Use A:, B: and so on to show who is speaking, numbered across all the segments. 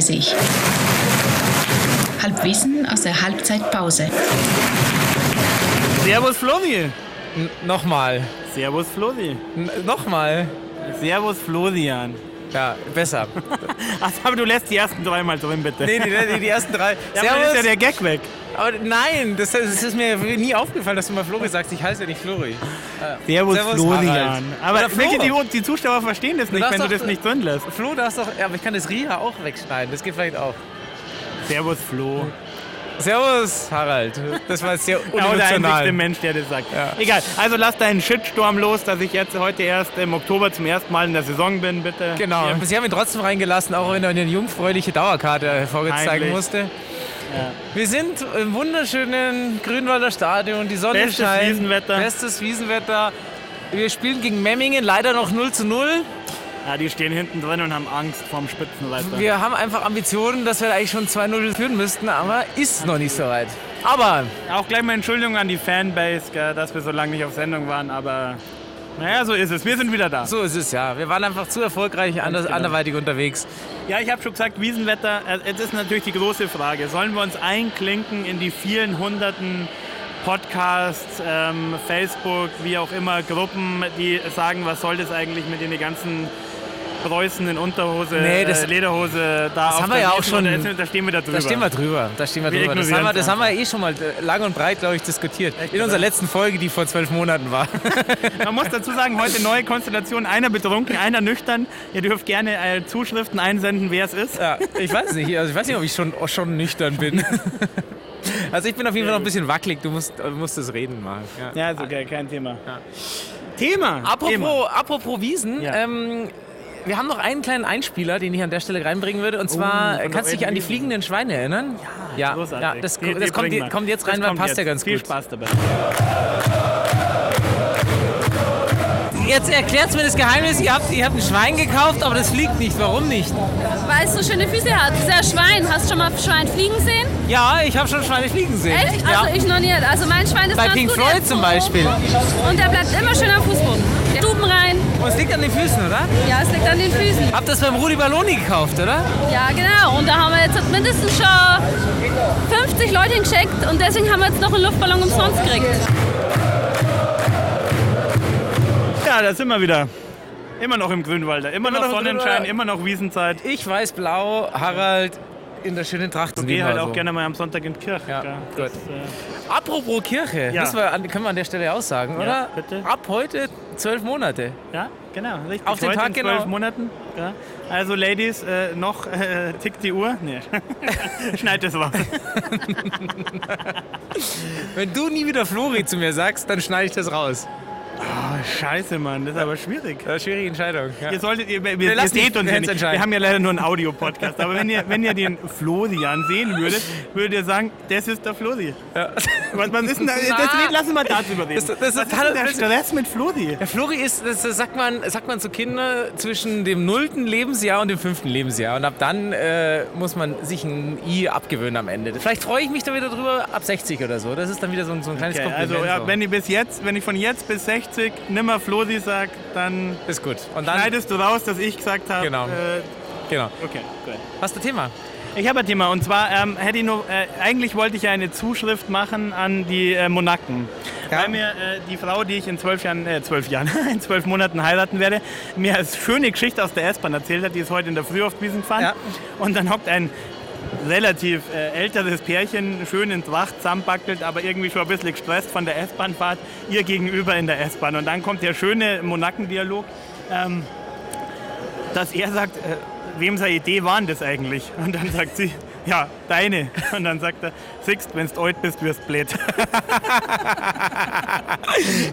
A: sich. Halbwissen aus der Halbzeitpause.
B: Servus Flori.
C: N nochmal.
B: Servus Flori.
C: N nochmal.
B: Servus Florian.
C: Ja, besser.
B: Ach, aber du lässt die ersten drei mal drin, bitte.
C: Nee, die, die, die ersten drei.
B: Ja, aber dann ist ja der Gag weg.
C: Aber nein, das, das ist mir nie aufgefallen, dass du mal Flori sagst. Ich heiße ja nicht Flori. Äh,
B: Servus, Florian.
C: Harald. Oder
B: Aber
C: Flo.
B: wirklich, die, die Zuschauer verstehen das nicht,
C: darfst
B: wenn du
C: doch-
B: das nicht drin lässt.
C: Flo, darfst doch. Ja, aber ich kann das Ria auch wegschneiden. Das geht vielleicht auch.
B: Servus Flo.
C: Servus, Harald. Das war jetzt sehr
B: Genau der einzige
C: unemotional.
B: Mensch, der das sagt.
C: Ja.
B: Egal, also lass deinen Shitstorm los, dass ich jetzt heute erst im Oktober zum ersten Mal in der Saison bin, bitte.
C: Genau.
B: Ja.
C: Sie haben ihn trotzdem reingelassen, auch wenn er eine jungfräuliche Dauerkarte hervorgezeigt
B: Heimlich.
C: musste. Wir sind im wunderschönen Grünwalder Stadion. Die Sonne
B: Bestes
C: scheint.
B: Wiesenwetter.
C: Bestes Wiesenwetter. Wir spielen gegen Memmingen leider noch 0 zu 0.
B: Ja, die stehen hinten drin und haben Angst vorm Spitzenreiter.
C: Wir haben einfach Ambitionen, dass wir eigentlich schon 2-0 führen müssten, aber ist noch nicht so weit. Aber
B: Auch gleich mal Entschuldigung an die Fanbase, gell, dass wir so lange nicht auf Sendung waren, aber naja, so ist es. Wir sind wieder da.
C: so ist es ja. Wir waren einfach zu erfolgreich anders,
B: genau.
C: anderweitig unterwegs.
B: Ja, ich habe schon gesagt, Wiesenwetter, äh, jetzt ist natürlich die große Frage. Sollen wir uns einklinken in die vielen hunderten Podcasts, ähm, Facebook, wie auch immer, Gruppen, die sagen, was soll das eigentlich mit den ganzen Preußen in Unterhose,
C: Nee, das-
B: äh, Lederhose, da auf
C: haben wir
B: der
C: ja auch
B: Wiesn
C: schon-
B: oder ist- Da stehen wir da drüber.
C: Da stehen wir drüber. Da stehen wir
B: Wir
C: drüber. Das haben wir,
B: ignorieren es
C: das haben wir eh schon mal äh, lang und breit, glaube ich, diskutiert.
B: Echt,
C: In
B: oder?
C: unserer letzten Folge, die vor zwölf Monaten war.
B: Man muss dazu sagen, heute neue Konstellation, einer betrunken, einer nüchtern. Ihr dürft gerne äh, Zuschriften einsenden, wer es ist.
C: Ja, ich weiß nicht. Also ich weiß nicht, ob ich schon, auch schon nüchtern bin. Also ich bin auf jeden Fall noch ein bisschen wackelig. Du musst, du musst das Reden machen. Ja.
B: Ja, ist okay, kein Thema. Thema! Thema.
C: Apropos, apropos Wiesen.
B: Ja.
C: Ähm, wir haben noch einen kleinen Einspieler, den ich an der Stelle reinbringen würde. Und zwar,
B: Oh, von
C: kannst du dich
B: der
C: an die
B: Wiesen.
C: fliegenden Schweine erinnern? Ja, ja,
B: Großartig.
C: das,
B: Die- die
C: das kommt,
B: bringen wir.
C: kommt jetzt
B: Das
C: rein, weil
B: kommt
C: passt ja
B: jetzt.
C: ganz
B: Viel
C: gut.
B: Spaß dabei.
C: Jetzt erklärt mir das Geheimnis, ihr habt, ihr habt ein Schwein gekauft, aber das fliegt nicht. Warum nicht?
D: Weil es so schöne Füße hat. Das ist ja Schwein. Hast du schon mal Schwein fliegen sehen?
C: Ja, ich habe schon Schweine fliegen sehen.
D: Echt?
C: Ja.
D: Also ich noch nie. Also mein Schwein ist
C: Bei
D: ganz
C: Pink
D: gut
C: Floyd
D: erzogen.
C: zum Beispiel.
D: Und der bleibt immer schön am Fußboden. Der Stuben rein.
C: Und es liegt an den Füßen, oder?
D: Ja, es liegt an den Füßen.
C: Habt das beim Rudi Balloni gekauft, oder?
D: Ja, genau. Und da haben wir jetzt mindestens schon 50 Leute geschenkt und deswegen haben wir jetzt noch einen Luftballon umsonst gekriegt.
B: Ja, da sind wir wieder. Immer noch im Grünwalder, immer, noch,
C: noch im
B: Sonnenschein,
C: Grünwalder.
B: immer noch Wiesenzeit.
C: Ich weiß blau, Harald in der schönen Tracht.
B: Ich gehe halt auch gerne mal am Sonntag in die Kirche.
C: Ja,
B: gell.
C: gut.
B: Das, äh,
C: Apropos Kirche,
B: Ja.
C: müssen wir an, können wir an der Stelle aussagen, oder?
B: bitte.
C: Ab heute zwölf Monate.
B: ja, genau. Richtig.
C: Auf den
B: Heute
C: Tag
B: in zwölf
C: genau.
B: Monaten. Ja. Also, Ladies, äh, noch äh, tickt die Uhr. Nee. Schneid das raus.
C: Wenn du nie wieder Flori zu mir sagst, dann schneide ich das raus.
B: Oh, scheiße, Mann, das ist aber schwierig.
C: Das ist eine schwierige Entscheidung. Ja.
B: Ihr solltet, ihr, ihr,
C: Wir
B: ihr
C: lassen die
B: seht uns ja
C: Fans
B: nicht.
C: entscheiden.
B: Wir haben ja leider nur einen Audio-Podcast. Aber wenn ihr, wenn ihr den Florian sehen würdet, würdet ihr sagen, das ist der Flori. Was, was ist denn da?
C: Na.
B: Das lassen wir darüber reden.
C: Das- das ist
B: was ist
C: total-
B: denn der Stress mit Flori?
C: Der Flori ist, das sagt man, sagt man zu Kindern zwischen dem nullten Lebensjahr und dem fünften Lebensjahr. Und ab dann äh, muss man sich ein I abgewöhnen am Ende. Vielleicht freue ich mich dann wieder drüber ab 60 oder so. Das ist dann wieder so ein, so ein kleines
B: Okay,
C: Kompliment.
B: also ja,
C: so.
B: wenn ich bis jetzt, wenn ich von jetzt bis 60 nimmer Flori sag, dann
C: ist gut. Und dann,
B: schneidest du raus, dass ich gesagt habe.
C: Genau.
B: Äh,
C: genau.
B: okay, gut.
C: Was ist das Thema?
B: Ich habe ein Thema und zwar ähm, hätte ich nur, äh, eigentlich wollte ich ja eine Zuschrift machen an die äh, Monaken.
C: Ja.
B: Weil mir äh, die Frau, die ich in zwölf Jahren, äh, zwölf Jahren, in zwölf Monaten heiraten werde, mir als schöne Geschichte aus der S-Bahn erzählt hat, die ist heute in der Früh auf Wiesen gefahren.
C: Ja.
B: Und dann hockt ein relativ äh, älteres Pärchen, schön in Tracht, zusammenbackelt, aber irgendwie schon ein bisschen gestresst von der S-Bahn-Fahrt, ihr gegenüber in der S-Bahn. Und dann kommt der schöne Monaken-Dialog. Ähm, dass er sagt, äh, wem seine Idee waren das eigentlich? Und dann sagt sie, ja, deine. Und dann sagt er, siehst, wenn du alt bist, wirst du blöd.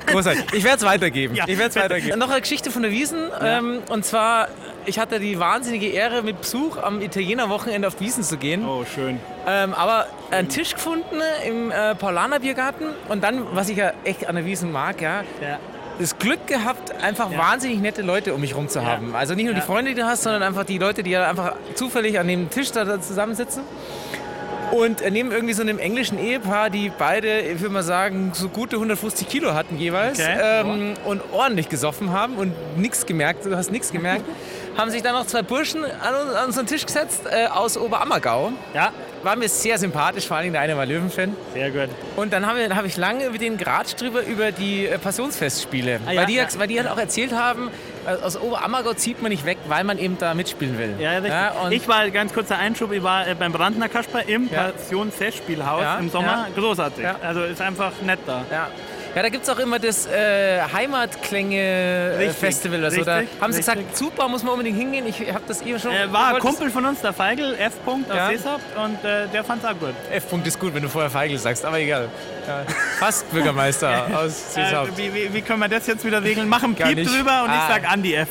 C: Großartig. Ich werde es weitergeben.
B: Ja,
C: ich werde es
B: bitte.
C: weitergeben. Noch eine Geschichte von der Wiesen. Ähm, und zwar, ich hatte die wahnsinnige Ehre, mit Besuch am Italiener-Wochenende auf die Wiesen zu gehen.
B: Oh, schön.
C: Ähm, aber einen Tisch gefunden im äh, Paulaner Biergarten. Und dann, was ich ja echt an der Wiesen mag, ja,
B: Ja.
C: das Glück gehabt, einfach
B: Ja.
C: wahnsinnig nette Leute um mich rum zu haben. Also nicht nur
B: Ja.
C: die Freunde, die du hast, sondern einfach die Leute, die ja einfach zufällig an dem Tisch da, da zusammensitzen. Und äh, neben irgendwie so einem englischen Ehepaar, die beide, ich würde mal sagen, so gute 150 Kilo hatten jeweils
B: Okay.
C: ähm, und ordentlich gesoffen haben und nichts gemerkt, du hast nichts gemerkt, haben sich dann noch zwei Burschen an, uns- an unseren Tisch gesetzt äh, aus Oberammergau.
B: Ja,
C: War mir sehr sympathisch, vor allem der eine war Löwenfan.
B: sehr gut.
C: Und dann habe hab ich lange mit denen geratscht drüber über die äh, Passionsfestspiele.
B: Ah, ja,
C: weil, die,
B: ja.
C: ja. weil die halt auch erzählt haben, äh, aus Oberammergau zieht man nicht weg, weil man eben da mitspielen will.
B: Ja, richtig.
C: und
B: ich war, ganz kurzer Einschub, ich war äh, beim Brandner Kasper im
C: Ja.
B: Passionsfestspielhaus
C: Ja,
B: im Sommer. Großartig.
C: Ja.
B: Also ist einfach nett da.
C: ja. ja da gibt es auch immer das äh,
B: Richtig,
C: Heimatklänge-Festival oder so. Da
B: richtig,
C: haben sie
B: richtig.
C: gesagt, super, muss man unbedingt hingehen. Ich habe das eben schon...
B: Äh, war ein
C: wollte das-
B: Kumpel von uns, der Feigl, F. -Punkt aus
C: Ja.
B: Seeshaupt, und äh, der fand's auch gut.
C: F-Punkt ist gut, wenn du vorher Feigl sagst, aber egal. Ja. Fast Bürgermeister aus
B: Äh,
C: Seeshaupt.
B: wie, wie, wie können wir das jetzt wieder regeln? Machen
C: Gar
B: Piep
C: nicht.
B: drüber und
C: Ah.
B: ich sag Andi F.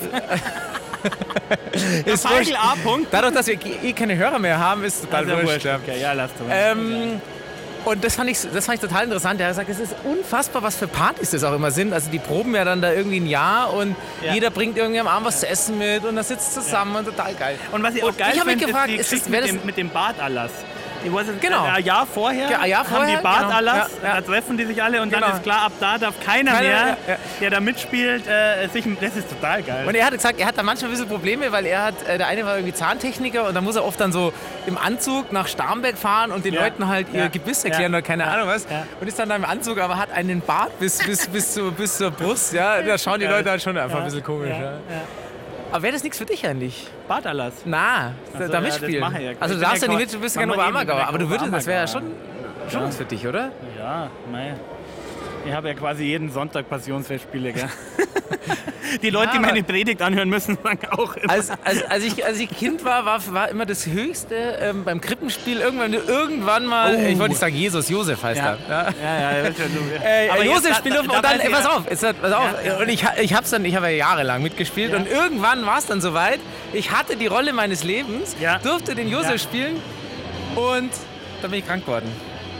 C: Ist
B: Feigl
C: wurscht.
B: A. -Punkt.
C: Dadurch, dass wir eh keine Hörer mehr haben, ist total
B: Also
C: wurscht. ja.
B: Okay, ja, lass drüber.
C: Ähm, und das fand, ich, das fand ich total interessant. Er hat gesagt, es ist unfassbar, was für Partys das auch immer sind. Also die proben ja dann da irgendwie ein Jahr und
B: Ja.
C: jeder bringt irgendwie am Abend was zu essen mit und das sitzt zusammen und total geil.
B: Und was ich auch
C: Und
B: geil
C: ich hab mich
B: finde, ist
C: gefragt,
B: die
C: ist das-
B: Geschichte
C: wär
B: mit,
C: das-
B: dem, mit dem Badarlass. Ich weiß nicht,
C: Genau.
B: Ein Jahr vorher,
C: Ja, ein Jahr
B: haben
C: vorher,
B: die Badarlass,
C: genau. Ja, ja.
B: da treffen die sich alle und
C: Genau.
B: dann ist klar, ab da darf keiner
C: Keiner
B: mehr,
C: mehr, ja.
B: der da mitspielt, äh, sich, das ist total geil.
C: Und er hat gesagt, er hat da manchmal ein bisschen Probleme, weil er hat, äh, der eine war irgendwie Zahntechniker und da muss er oft dann so im Anzug nach Starnberg fahren und den
B: Ja.
C: Leuten halt
B: Ja.
C: ihr Gebiss erklären
B: Ja.
C: oder keine Ahnung was.
B: Ja.
C: Und ist dann da im Anzug, aber hat einen Bart bis, bis, bis, zur, bis zur Brust. Ja, da schauen die
B: Geil.
C: Leute halt schon einfach ein bisschen komisch.
B: ja,
C: Ja. Aber wäre das nichts für dich eigentlich?
B: Badarlass.
C: Na, da-
B: so,
C: da
B: ja,
C: mitspielen.
B: das mache ich ja.
C: also du
B: Ich bin
C: darfst
B: ja
C: ja nicht
B: quasi-
C: mit, du bist
B: Mach
C: ja kein
B: mal eben, ich bin
C: Oberammergauer,
B: ja
C: aber du
B: kein
C: würdest, das wäre ja schon,
B: Oberammergauer.
C: schon was für dich, oder?
B: Ja, mei. Ich habe ja quasi jeden Sonntag Passionsfestspiele, gell? die Leute, die
C: Ja, Also- aber-
B: meine Predigt anhören müssen, sagen auch immer.
C: Als, als, als, ich, als ich Kind war, war, war immer das Höchste ähm, beim Krippenspiel irgendwann, irgendwann mal, ich wollte nicht sagen Jesus, Josef heißt
B: Oh. Ja.
C: er. Ja.
B: ja, ja, das ist ja so.
C: Äh,
B: Aber jetzt
C: Josef
B: da-
C: spielt
B: da-
C: und
B: da
C: dann,
B: weiß
C: ey,
B: ich
C: pass
B: ja-
C: auf, jetzt, hat- pass auf.
B: Ja, ja.
C: Und ich, ha- ich hab's dann, ich habe ja jahrelang mitgespielt
B: Ja.
C: und irgendwann war es dann soweit, ich hatte die Rolle meines Lebens,
B: Ja.
C: durfte den Josef
B: Ja.
C: spielen und dann bin ich krank geworden.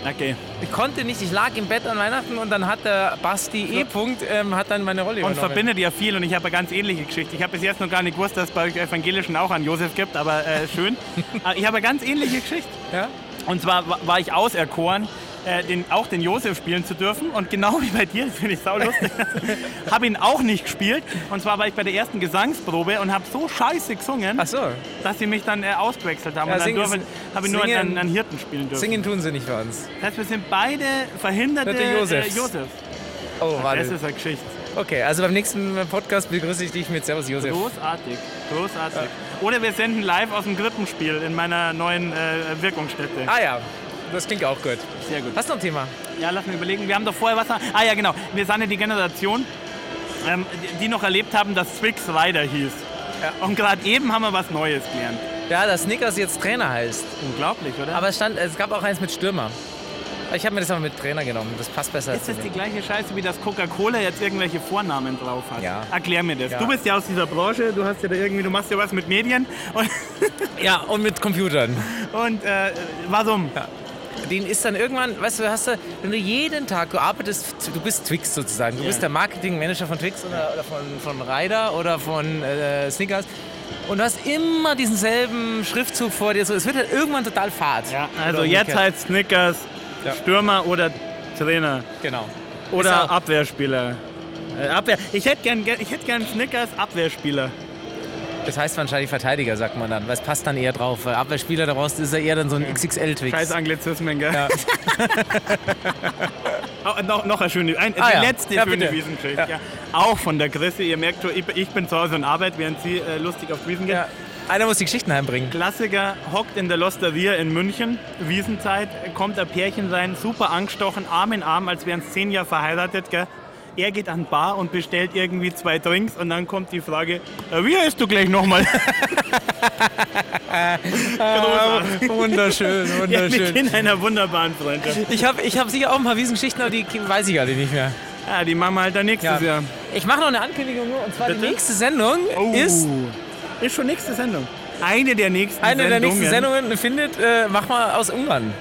B: Okay.
C: Ich konnte nicht, ich lag im Bett an Weihnachten und dann hat der Basti E. Punkt, ähm, hat dann meine Rolle
B: Uns
C: übernommen.
B: verbindet ja viel und ich habe eine ganz ähnliche Geschichte. Ich habe bis jetzt noch gar nicht gewusst, dass es bei euch Evangelischen auch einen Josef gibt, aber äh, schön. Aber ich habe eine ganz ähnliche Geschichte.
C: Ja?
B: Und zwar wa- war ich auserkoren, äh, den, auch den Josef spielen zu dürfen. Und genau wie bei dir, das finde ich saulustig, habe ihn auch nicht gespielt. Und zwar war ich bei der ersten Gesangsprobe und habe so scheiße gesungen,
C: Ach so,
B: dass sie mich dann äh, ausgewechselt haben.
C: Ja,
B: und dann
C: singen-
B: dürfen- habe ich nur
C: singen-
B: einen, einen Hirten spielen dürfen.
C: singen tun sie nicht für uns.
B: Das heißt, wir sind beide verhinderte
C: Dritte
B: äh,
C: Josefs.
B: Josef.
C: Oh,
B: Das
C: warte.
B: ist eine Geschichte.
C: Okay, also beim nächsten Podcast begrüße ich dich mit Servus Josef.
B: Großartig, großartig. Oder wir senden live aus dem Grippenspiel in meiner neuen äh, Wirkungsstätte.
C: Ah ja, das klingt auch gut.
B: sehr gut.
C: Hast du noch ein Thema?
B: Ja, lass mich überlegen. Wir haben doch vorher was. Ah ja, genau. Wir sind ja die Generation, ähm, die- die noch erlebt haben, dass Twix Rider hieß.
C: Ja.
B: Und gerade eben haben wir was Neues gelernt.
C: Ja, dass Snickers jetzt Trainer heißt.
B: Unglaublich, oder?
C: Aber es, stand, es gab auch eins mit Stürmer. Ich habe mir das aber mit Trainer genommen. Das passt besser.
B: ist
C: als
B: das
C: zu
B: die
C: dem.
B: gleiche Scheiße, wie dass Coca-Cola jetzt irgendwelche Vornamen drauf hat?
C: Ja.
B: Erklär mir das.
C: Ja.
B: Du bist ja aus dieser Branche, du hast ja da irgendwie, du machst ja was mit Medien und,
C: ja, und mit Computern.
B: und äh, warum?
C: Den ist dann irgendwann, weißt du, hast du, wenn du jeden Tag, du arbeitest, du bist Twix sozusagen, du
B: Ja.
C: bist der Marketingmanager von Twix oder, oder von, von Ryder oder von äh, Snickers und du hast immer diesen selben Schriftzug vor dir, so, es wird halt irgendwann total fad.
B: Ja,
C: Oder
B: also
C: umgekehrt.
B: jetzt halt Snickers,
C: Ja.
B: Stürmer oder Trainer
C: Genau.
B: oder
C: auch-
B: Abwehrspieler. Äh, Abwehr. Ich hätte gern, ich hätte gern Snickers Abwehrspieler.
C: Das heißt wahrscheinlich Verteidiger, sagt man dann, weil es passt dann eher drauf, weil Abwehrspieler daraus ist er eher dann so ein XXL-Twix.
B: Scheiß Anglizismen, gell? oh, noch, noch eine schöne, ein,
C: Ah,
B: die
C: ja.
B: letzte
C: Ja,
B: schöne
C: bitte.
B: Wiesengeschichte.
C: Ja.
B: Ja. Auch von der Grisse. Ihr merkt schon, ich, ich bin zu Hause und arbeite, während sie äh, lustig auf die Wiesen geht.
C: Ja. Einer muss die Geschichten heimbringen.
B: Klassiker, hockt in der Losteria in München, Wiesenzeit, kommt ein Pärchen rein, super angestochen, Arm in Arm, als wären es zehn Jahre verheiratet, gell? Er geht an die Bar und bestellt irgendwie zwei Drinks und dann kommt die Frage, "Äh, wie heißt du gleich nochmal? Großartig.
C: Wunderschön,
B: Ja, wir
C: wunderschön.
B: in einer wunderbaren Freundschaft.
C: Ich habe ich hab sicher auch ein paar Wiesengeschichten, aber die weiß ich alle nicht mehr.
B: Ja, die machen wir halt dann nächstes
C: Ja.
B: Jahr.
C: Ich mache noch eine Ankündigung nur, und zwar die
B: Bitte? Oh.
C: nächste Sendung ist
B: ist schon nächste Sendung. Uh. Eine der nächsten
C: eine der
B: Sendungen. Mhm.
C: nächsten Sendungen findet äh, mach mal aus Ungarn.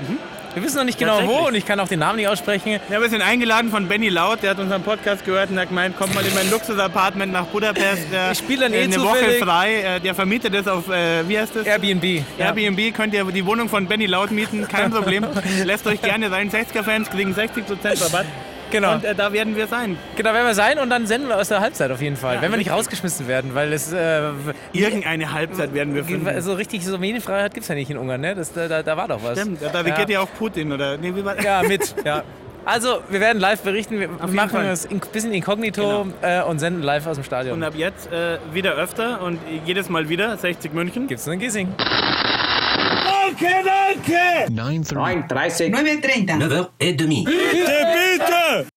C: Wir wissen noch nicht genau wo
B: Tatsächlich.
C: und ich kann auch den Namen nicht aussprechen.
B: Ja, wir sind eingeladen von Benny Laut, der hat unseren Podcast gehört und hat gemeint, kommt mal in mein Luxusapartment nach Budapest. äh,
C: Ich spiele dann eh
B: Eine
C: zufällig.
B: Woche frei. Äh, Der vermietet es auf, äh, wie heißt es?
C: Airbnb. Ja.
B: Airbnb könnt ihr die Wohnung von Benny Laut mieten, kein Problem. Lässt euch gerne rein. 60er-Fans kriegen 60% Rabatt.
C: Genau.
B: Und äh, da werden wir sein.
C: Genau, werden wir sein und dann senden wir aus der Halbzeit auf jeden Fall. wenn wir nicht rausgeschmissen werden, weil es äh,
B: Irgendeine Halbzeit werden wir finden.
C: so richtig so Medienfreiheit gibt es ja nicht in Ungarn, ne? Das, da, da, da war doch was.
B: Stimmt, da geht ja auch Putin, oder? Nee, wie war
C: Ja, mit. Ja. Also, wir werden live berichten. Wir
B: jeden
C: machen
B: Fall. Genau.
C: es ein bisschen inkognito äh, und senden live aus dem Stadion.
B: Und ab jetzt äh, wieder öfter und jedes Mal wieder 60 München.
C: Gibt's einen Gissing?
E: 9.30
F: 9h30.
G: 9h30.
F: 9h30.
G: Bitte, bitte!